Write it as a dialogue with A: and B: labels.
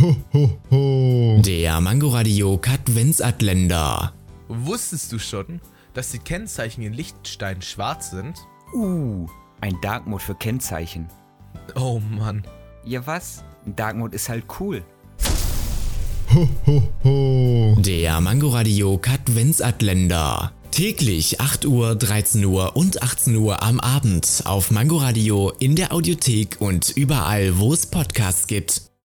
A: Ho, ho, ho.
B: Der Mangoradio Katwensatländer.
C: Wusstest du schon, dass die Kennzeichen in Liechtenstein schwarz sind?
D: Uh, ein Dark Mode für Kennzeichen.
C: Oh Mann.
D: Ja, was? Ein Dark Mode ist halt cool.
A: Ho, ho, ho.
B: Der Mangoradio Katwensatländer. Täglich 8 Uhr, 13 Uhr und 18 Uhr am Abend auf Mangoradio in der Audiothek und überall, wo es Podcasts gibt.